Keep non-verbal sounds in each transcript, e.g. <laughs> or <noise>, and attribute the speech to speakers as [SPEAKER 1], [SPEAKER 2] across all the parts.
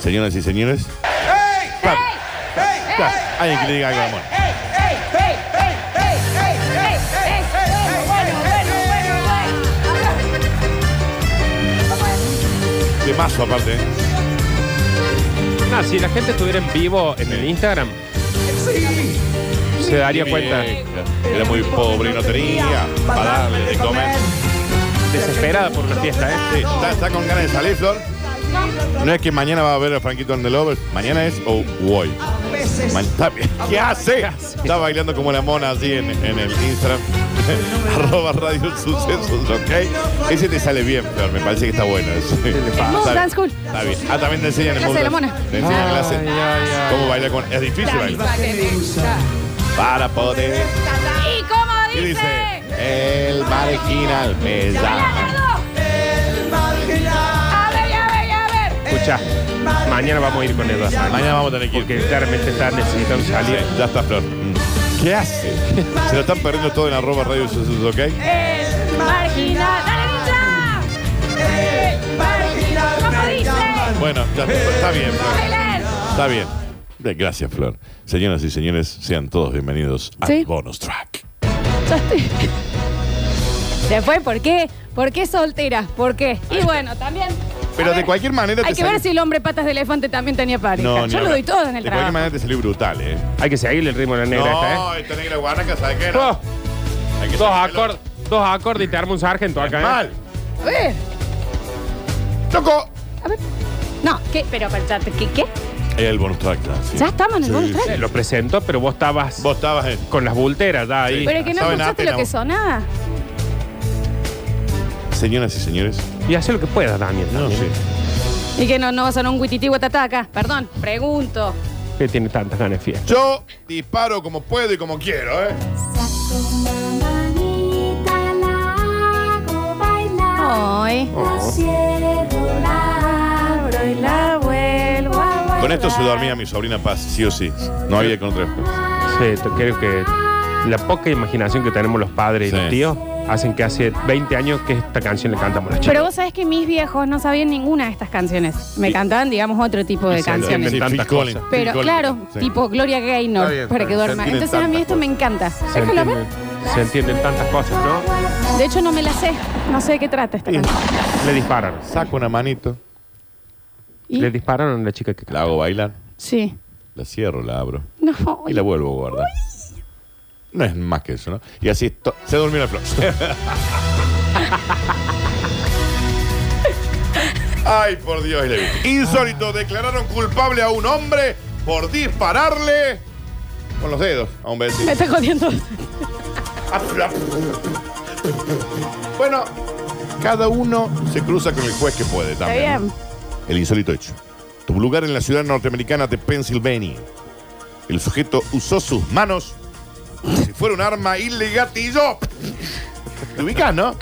[SPEAKER 1] Señoras y señores. Claro. Claro, Alguien que le diga algo de amor. De mazo aparte. ¿eh?
[SPEAKER 2] No, Ah, si la gente estuviera en vivo en el Instagram, se daría cuenta.
[SPEAKER 1] Era muy pobre y no tenía para darle de comer.
[SPEAKER 2] Desesperada por una fiesta, ¿eh?
[SPEAKER 1] Sí, ¿está, está con ganas de salir, Flor? No es que mañana va a ver a Franquito and the Lovers. Mañana es o hoy. Ma- está bien. ¿Qué hace? <laughs> Está bailando como la mona así en, en el Instagram. <laughs> Arroba Radio Sucesos, ¿ok? Ese te sale bien, Flor. Me parece que está bueno. eso.
[SPEAKER 3] Moon
[SPEAKER 1] Está-
[SPEAKER 3] Dance School.
[SPEAKER 1] Está bien. Ah, también te enseñan el
[SPEAKER 3] Clase
[SPEAKER 1] Moon
[SPEAKER 3] de la
[SPEAKER 1] Dance.
[SPEAKER 3] mona.
[SPEAKER 1] Te enseñan
[SPEAKER 2] Ay,
[SPEAKER 1] clase.
[SPEAKER 2] ay, ay.
[SPEAKER 1] Cómo bailar con... Es difícil bailar. Para poder...
[SPEAKER 3] ¿Y cómo
[SPEAKER 1] ¿Qué
[SPEAKER 3] dice?
[SPEAKER 1] dice? El marginal me llama.
[SPEAKER 3] ¡Ganado! A ver, a ver, a ver.
[SPEAKER 2] Escucha, mañana vamos a ir con Eduardo.
[SPEAKER 1] Mañana vamos a tener que ir.
[SPEAKER 2] Porque claramente está necesitando
[SPEAKER 1] Sí,
[SPEAKER 2] salir.
[SPEAKER 1] ya está, Flor. Mm. ¿Qué hace? Se lo están perdiendo todo en arroba radio sucesos, ¿ok?
[SPEAKER 3] Eh. El marginal. ¡Dale, Villa! ¿Cómo dice?
[SPEAKER 1] Bueno, ya está, está bien, Flor.
[SPEAKER 3] ¡Bailen!
[SPEAKER 1] Está bien. Bien, Gracias, Flor. Señoras y señores, sean todos bienvenidos al
[SPEAKER 3] Sí.
[SPEAKER 1] bonus track.
[SPEAKER 3] Ya estoy. Después, ¿por qué? ¿Por qué soltera? ¿Por qué? Y bueno, también.
[SPEAKER 1] Pero
[SPEAKER 3] a ver,
[SPEAKER 1] de cualquier manera te
[SPEAKER 3] Hay que ver
[SPEAKER 1] salió-
[SPEAKER 3] si el hombre patas de elefante también tenía pareja.
[SPEAKER 1] No, ni
[SPEAKER 3] Yo lo
[SPEAKER 1] hablar.
[SPEAKER 3] doy todo en el
[SPEAKER 1] De cualquier
[SPEAKER 3] trabajo.
[SPEAKER 1] manera te salió brutal, ¿eh?
[SPEAKER 2] Hay que seguirle el ritmo de la negra esta,
[SPEAKER 1] No, esta negra guanaca, ¿sabes qué?
[SPEAKER 2] ¿eh?
[SPEAKER 1] No.
[SPEAKER 2] Oh,
[SPEAKER 1] Hay que
[SPEAKER 2] dos
[SPEAKER 1] sacarlo.
[SPEAKER 2] acordes, dos acordes y te arma un sargento acá, ¿eh?
[SPEAKER 1] Mal.
[SPEAKER 3] A ver,
[SPEAKER 1] ¡Toco!
[SPEAKER 3] a ver. No, ¿qué? Pero aparte, ¿qué? ¿Qué?
[SPEAKER 1] El bonus track, ya, sí.
[SPEAKER 3] ¿Ya estamos en el bonus track?
[SPEAKER 2] Eh, Lo presento, pero vos estabas
[SPEAKER 1] Vos estabas en...
[SPEAKER 2] con las bulteras ya ahí.
[SPEAKER 3] Pero es que no
[SPEAKER 1] Saben
[SPEAKER 3] escuchaste
[SPEAKER 1] arte,
[SPEAKER 3] lo que
[SPEAKER 1] la-
[SPEAKER 3] sonaba.
[SPEAKER 1] Señoras y señores,
[SPEAKER 2] Y hace lo que puedas, Daniel.
[SPEAKER 1] no
[SPEAKER 2] también.
[SPEAKER 1] sé.
[SPEAKER 3] Y que no, no va a sonar un guitití guatatá acá. Perdón, pregunto.
[SPEAKER 2] Que tiene tantas ganas de fiesta.
[SPEAKER 1] Yo disparo como puedo y como quiero, ¿eh?
[SPEAKER 3] Ay. La vuelvo a
[SPEAKER 1] Con esto se dormía mi sobrina Paz, sí o sí. No había con otra cosa.
[SPEAKER 2] Sí, te- creo que la poca imaginación que tenemos los padres y
[SPEAKER 1] Sí.
[SPEAKER 2] los tíos hacen que hace 20 años que esta canción le cantamos a los
[SPEAKER 3] Pero
[SPEAKER 2] chicos.
[SPEAKER 3] vos sabés que mis viejos no sabían ninguna de estas canciones. Me
[SPEAKER 1] Sí.
[SPEAKER 3] cantaban, digamos, otro tipo de
[SPEAKER 2] Sí,
[SPEAKER 3] canciones.
[SPEAKER 2] entienden tantas
[SPEAKER 1] Phil Collins.
[SPEAKER 2] cosas.
[SPEAKER 3] Pero
[SPEAKER 1] Phil Collins.
[SPEAKER 3] claro,
[SPEAKER 1] Sí.
[SPEAKER 3] tipo Gloria Gaynor,
[SPEAKER 4] Está bien,
[SPEAKER 3] para
[SPEAKER 4] está
[SPEAKER 3] que
[SPEAKER 4] bien.
[SPEAKER 3] duerma.
[SPEAKER 1] Se entienden
[SPEAKER 3] Entonces a mí
[SPEAKER 1] tantas
[SPEAKER 3] esto me encanta.
[SPEAKER 2] se,
[SPEAKER 3] Déjalo ver.
[SPEAKER 2] entienden, se entienden tantas cosas, ¿no?
[SPEAKER 3] De hecho, no me la sé. No sé de qué trata esta canción.
[SPEAKER 2] Le dispararon.
[SPEAKER 1] Saco una manito,
[SPEAKER 3] ¿Y?
[SPEAKER 2] Le dispararon a la chica que
[SPEAKER 1] la hago bailar,
[SPEAKER 3] Sí.
[SPEAKER 1] la cierro, la abro
[SPEAKER 3] No.
[SPEAKER 1] y la vuelvo a guardar. No es más que eso, ¿no? Y así to- se durmió la flor. <laughs> Ay, por Dios, Levi. Insólito, declararon culpable a un hombre por dispararle con los dedos a un vecino. Ah,
[SPEAKER 3] Me está jodiendo.
[SPEAKER 1] Bueno, cada uno se cruza con el juez que puede
[SPEAKER 3] Está
[SPEAKER 1] también.
[SPEAKER 3] bien.
[SPEAKER 1] El insólito hecho. Tuvo lugar en la ciudad norteamericana de Pennsylvania. El sujeto usó sus manos como si fuera un arma y le gatilló. ¿Te ubicas, no?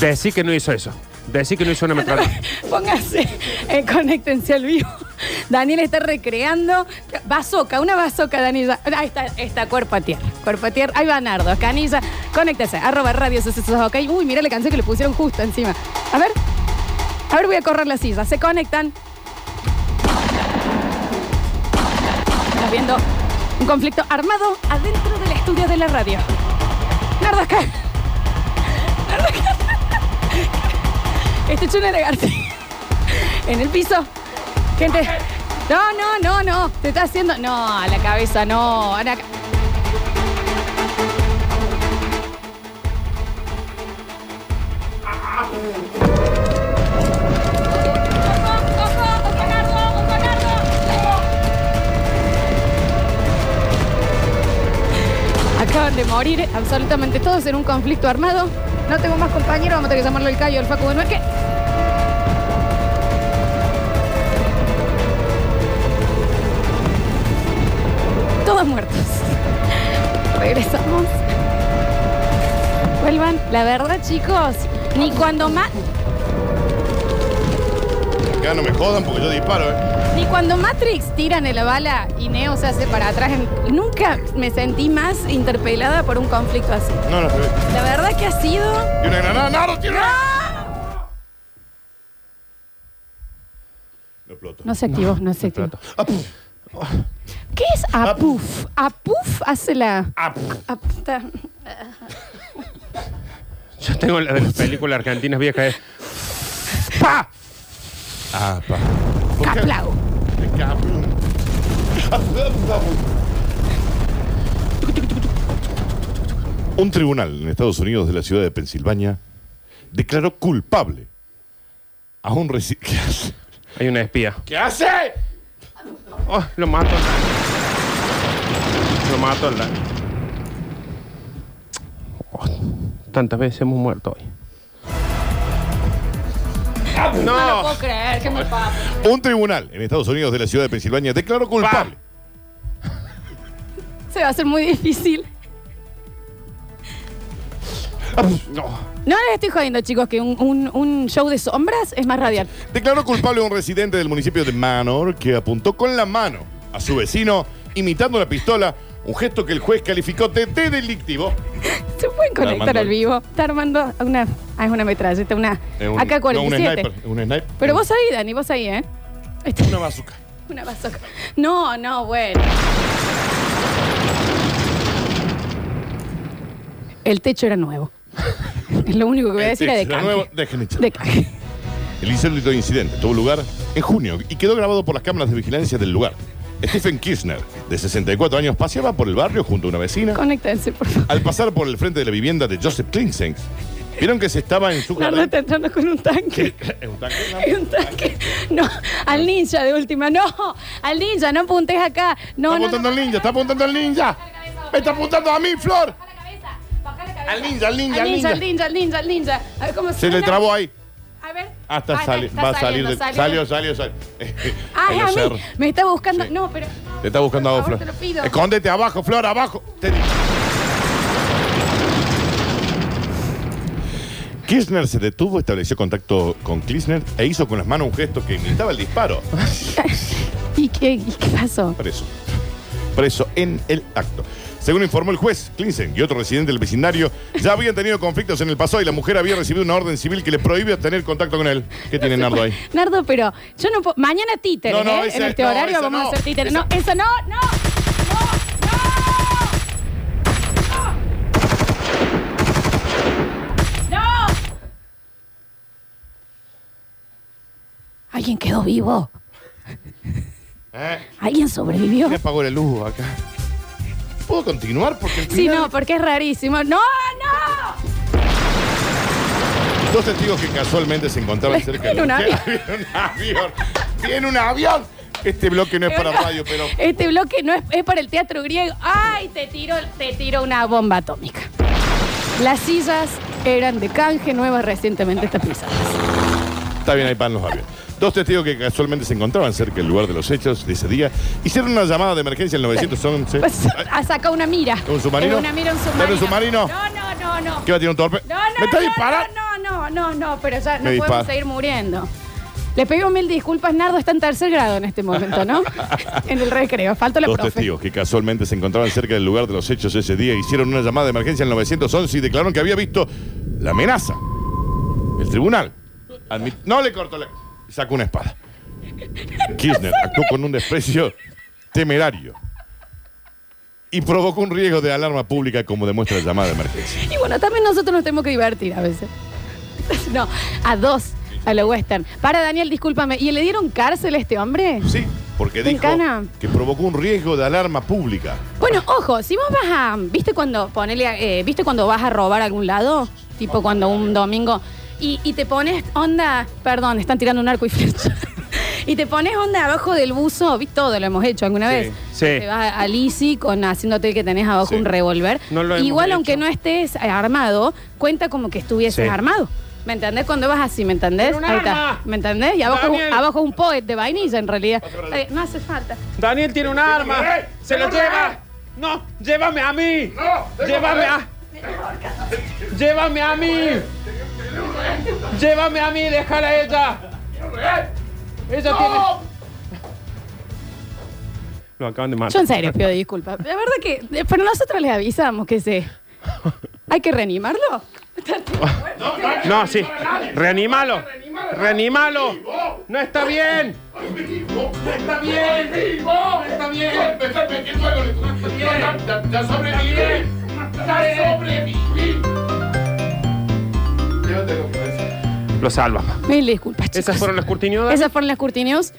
[SPEAKER 2] Decí que no hizo eso. Decí que no hizo una
[SPEAKER 3] <laughs>
[SPEAKER 2] metralla.
[SPEAKER 3] Póngase, eh, conéctense al vivo. Daniel está recreando. Bazoca, una bazoca, Daniel. Ah, Ahí está, está cuerpo a tierra. Cuerpo a tierra. Ahí va Nardo, Canilla. Conéctense. Arroba radio sucesos. Ok. Uy, mira la canción que le pusieron justo encima. A ver. A ver, voy a correr la silla. Se conectan. Estamos viendo un conflicto armado adentro del estudio de la radio. Nardo acá. Nardo acá. Este chunera García. <laughs> En el piso. Gente. No, no, no, no. Te está haciendo. No, a la cabeza, no. a la ca- Acaban de morir absolutamente todos en un conflicto armado. No tengo más compañeros, vamos a tener que llamarlo el callo, el Facu Manuel. ¿Qué? Todos muertos. Regresamos. Vuelvan. La verdad, chicos, ni cuando más.
[SPEAKER 1] Acá no me jodan porque yo disparo, ¿eh?
[SPEAKER 3] Ni cuando Matrix tiran en la bala y Neo se hace para atrás, en- nunca me sentí más interpelada por un conflicto así.
[SPEAKER 1] No, no, pero-
[SPEAKER 3] La verdad que ha sido... Ah,
[SPEAKER 1] Y una granada, no, no tiene nada. Lo exploto.
[SPEAKER 3] No se activó, no, se activó.
[SPEAKER 2] plato.
[SPEAKER 1] Ah, puf.
[SPEAKER 3] ¿Qué es apuf? Apuf hace la.
[SPEAKER 2] Ah, pff.
[SPEAKER 3] ap- ta-
[SPEAKER 2] Yo tengo la de las películas argentinas viejas. es- ¡Pa!
[SPEAKER 1] Ah, pa. ¿Por qué?
[SPEAKER 3] Caplau.
[SPEAKER 1] Caplau. Un tribunal en Estados Unidos de la ciudad de Pensilvania declaró culpable a un reci- <laughs> ¿Qué hace?
[SPEAKER 2] Hay una espía.
[SPEAKER 1] ¿Qué hace?
[SPEAKER 2] Oh, lo mato al Dani. Lo mato al Dani. Oh, tantas veces hemos muerto hoy.
[SPEAKER 3] No lo puedo
[SPEAKER 2] ¡No!
[SPEAKER 3] creer, que me pasa.
[SPEAKER 1] Un tribunal en Estados Unidos de la ciudad de Pensilvania declaró culpable.
[SPEAKER 3] Se va a hacer muy difícil.
[SPEAKER 2] No.
[SPEAKER 3] No les estoy jodiendo, chicos, que un, un- un show de sombras es más radial.
[SPEAKER 1] Declaró culpable a un residente del municipio de Manor que apuntó con la mano a su vecino imitando una pistola, un gesto que el juez calificó de, de delictivo.
[SPEAKER 3] Se pueden conectar
[SPEAKER 1] armando-
[SPEAKER 3] al vivo. Está armando una. Ah, es una metralleta, una.
[SPEAKER 1] Es Eh, un-
[SPEAKER 3] Acá
[SPEAKER 1] no, un
[SPEAKER 3] 47.
[SPEAKER 1] sniper. Eh. Un sniper.
[SPEAKER 3] Pero vos ahí, Dani, vos ahí, ¿eh? Este-
[SPEAKER 1] Una bazooka.
[SPEAKER 3] <laughs> Una bazooka. No, no, bueno. El techo era nuevo.
[SPEAKER 1] <laughs>
[SPEAKER 3] Es lo único que voy a
[SPEAKER 1] El
[SPEAKER 3] decir, era de
[SPEAKER 1] techo era
[SPEAKER 3] canje.
[SPEAKER 1] nuevo, dejen echar.
[SPEAKER 3] De canje.
[SPEAKER 1] El insólito incidente tuvo lugar en junio y quedó grabado por las cámaras de vigilancia del lugar. Stephen Kirchner, de 64 años, paseaba por el barrio junto a una vecina.
[SPEAKER 3] Conéctense,
[SPEAKER 1] <laughs>
[SPEAKER 3] por favor.
[SPEAKER 1] Al pasar por el frente de la vivienda de Joseph Klinsens, vieron que se estaba en su
[SPEAKER 3] Nardo
[SPEAKER 1] jardín.
[SPEAKER 3] está entrando con un tanque.
[SPEAKER 1] ¿Es un tanque? No.
[SPEAKER 3] Hay un tanque. No, al ninja de última. No, al ninja, no apuntes acá. No,
[SPEAKER 1] está
[SPEAKER 3] no,
[SPEAKER 1] apuntando
[SPEAKER 3] no.
[SPEAKER 1] al ninja, está apuntando al ninja. Me está apuntando a mí, Flor.
[SPEAKER 3] Baja la cabeza, baja la cabeza.
[SPEAKER 1] Al ninja, al ninja,
[SPEAKER 3] Al ninja,
[SPEAKER 1] al
[SPEAKER 3] al ninja, al ninja, al ninja. A ver cómo
[SPEAKER 1] Se le
[SPEAKER 3] suena.
[SPEAKER 1] trabó ahí.
[SPEAKER 3] A ver.
[SPEAKER 1] Hasta
[SPEAKER 3] Ah,
[SPEAKER 1] sale-
[SPEAKER 3] está
[SPEAKER 1] va a salir.
[SPEAKER 3] saliendo,
[SPEAKER 1] del-
[SPEAKER 3] saliendo.
[SPEAKER 1] Salió, salió, salió.
[SPEAKER 3] Ah,
[SPEAKER 1] <laughs> En
[SPEAKER 3] es
[SPEAKER 1] los
[SPEAKER 3] a mí.
[SPEAKER 1] cerros.
[SPEAKER 3] Me está buscando.
[SPEAKER 1] Sí.
[SPEAKER 3] No, pero.
[SPEAKER 1] Te está buscando a
[SPEAKER 3] Por
[SPEAKER 1] vos,
[SPEAKER 3] favor,
[SPEAKER 1] Flor.
[SPEAKER 3] Te lo pido.
[SPEAKER 1] Escóndete abajo, Flor, abajo. Te digo. Kirchner se detuvo, estableció contacto con Kirchner e hizo con las manos un gesto que imitaba el disparo.
[SPEAKER 3] ¿Y qué, y qué pasó?
[SPEAKER 1] Preso. Preso en el acto. Según informó el juez, Klinsen y otro residente del vecindario ya habían tenido conflictos en el pasado y la mujer había recibido una orden civil que le prohíbe tener contacto con él. ¿Qué tiene Nardo ahí?
[SPEAKER 3] <laughs> Nardo, pero yo no puedo. Mañana
[SPEAKER 1] No,
[SPEAKER 3] títeres,
[SPEAKER 1] no,
[SPEAKER 3] ¿eh?
[SPEAKER 1] esa-
[SPEAKER 3] en este
[SPEAKER 1] no,
[SPEAKER 3] horario
[SPEAKER 1] esa
[SPEAKER 3] vamos
[SPEAKER 1] no.
[SPEAKER 3] a hacer títeres.
[SPEAKER 1] Esa-
[SPEAKER 3] No, eso no, no. no, no, no. Alguien quedó vivo.
[SPEAKER 1] ¿Eh?
[SPEAKER 3] Alguien sobrevivió.
[SPEAKER 1] Me apagó la luz acá. ¿Puedo continuar? Porque el
[SPEAKER 3] Sí,
[SPEAKER 1] final-
[SPEAKER 3] no, porque es rarísimo. ¡No, no!
[SPEAKER 1] Dos testigos que casualmente se encontraban
[SPEAKER 3] <laughs>
[SPEAKER 1] cerca
[SPEAKER 3] Tiene
[SPEAKER 1] del <laughs>
[SPEAKER 3] un avión.
[SPEAKER 1] Tiene un avión. Tiene un avión. Este bloque no es para radio, pero.
[SPEAKER 3] Este bloque no es, es para el teatro griego. ¡Ay! Te tiro, te tiro una bomba atómica. Las sillas eran de canje nuevas recientemente tapizadas.
[SPEAKER 1] Está bien, hay pan los aviones. Dos testigos que casualmente se encontraban cerca del lugar de los hechos de ese día hicieron una llamada de emergencia al 911.
[SPEAKER 3] Pues,
[SPEAKER 1] Ay,
[SPEAKER 3] ha sacado una mira.
[SPEAKER 1] ¿Un submarino?
[SPEAKER 3] Es Una mira, un
[SPEAKER 1] ¿Está en
[SPEAKER 3] submarino.
[SPEAKER 1] un submarino?
[SPEAKER 3] No, no, no, no.
[SPEAKER 1] ¿Qué va a tirar un torpe?
[SPEAKER 3] No, no,
[SPEAKER 1] ¿Me está
[SPEAKER 3] no,
[SPEAKER 1] disparando?
[SPEAKER 3] No, no, no, no, pero
[SPEAKER 1] Me
[SPEAKER 3] ya no podemos
[SPEAKER 1] dispara.
[SPEAKER 3] seguir muriendo. Le pedimos mil disculpas, Nardo está en tercer grado en este
[SPEAKER 1] <laughs>
[SPEAKER 3] momento, ¿no? en el recreo, falta la
[SPEAKER 1] Dos
[SPEAKER 3] profe.
[SPEAKER 1] testigos que casualmente se encontraban cerca del lugar de los hechos ese día hicieron una llamada de emergencia al 911 y declararon que había visto la amenaza. El tribunal admit- no le cortó la. sacó una espada. Kirchner actuó con un desprecio temerario y provocó un riesgo de alarma pública como demuestra la llamada de emergencia.
[SPEAKER 3] Y bueno, también nosotros nos tenemos que divertir a veces. <laughs> No, a dos, a lo western. Para, Daniel, discúlpame. ¿Y le dieron cárcel a este hombre?
[SPEAKER 1] Sí, porque
[SPEAKER 3] Me
[SPEAKER 1] dijo
[SPEAKER 3] encana.
[SPEAKER 1] que provocó un riesgo de alarma pública.
[SPEAKER 3] Bueno, ojo, si vos vas a. ¿Viste cuando ponele, a- eh, ¿viste cuando vas a robar a algún lado? Tipo cuando un domingo. Y, y te pones onda. Perdón, están tirando un arco y flecha. <laughs> y te pones onda abajo del buzo. ¿Viste? Todo lo hemos hecho alguna
[SPEAKER 2] Sí,
[SPEAKER 3] vez.
[SPEAKER 2] sí.
[SPEAKER 3] Te vas al ICI con haciéndote que tenés abajo
[SPEAKER 1] Sí.
[SPEAKER 3] un revólver.
[SPEAKER 2] No lo hemos
[SPEAKER 3] Igual
[SPEAKER 2] hecho.
[SPEAKER 3] aunque no estés eh, armado, cuenta como que estuvieses
[SPEAKER 2] Sí.
[SPEAKER 3] armado. ¿Me entendés? Cuando vas así, ¿me entendés?
[SPEAKER 2] Pero un
[SPEAKER 3] Ahí está.
[SPEAKER 2] arma.
[SPEAKER 3] ¿Me entendés? Y abajo,
[SPEAKER 2] Daniel.
[SPEAKER 3] abajo un poet de vainilla, en realidad. Eh, No hace falta.
[SPEAKER 2] Daniel tiene un arma.
[SPEAKER 1] ¡Eh!
[SPEAKER 2] ¡Se lo lleva! ¡No! ¡Llévame a mí!
[SPEAKER 1] ¡No!
[SPEAKER 2] ¡Llévame a. ¡Llévame a mí! ¡Llévame a mí! ¡Déjala a ella! ¡Ella tiene. Lo acaban de
[SPEAKER 3] Yo
[SPEAKER 2] matar.
[SPEAKER 3] en serio pido disculpas. La verdad que, eh, pero nosotros les avisamos que se. ¿Hay que reanimarlo?
[SPEAKER 2] No, sí. Reanímalo. ¡Reanimalo! ¡No está bien!
[SPEAKER 1] ¡Está bien! ¡Vivo! ¡Está bien! ¡Me estás metiendo algo en tu ¡Está bien! ¡Ya, ya sobreviví! ¡Ya sobreviví! Llévatelo, parece.
[SPEAKER 2] Lo salva.
[SPEAKER 3] Mil disculpas, chicos.
[SPEAKER 2] Esas fueron las cortinadas.
[SPEAKER 3] Esas fueron las curtinios.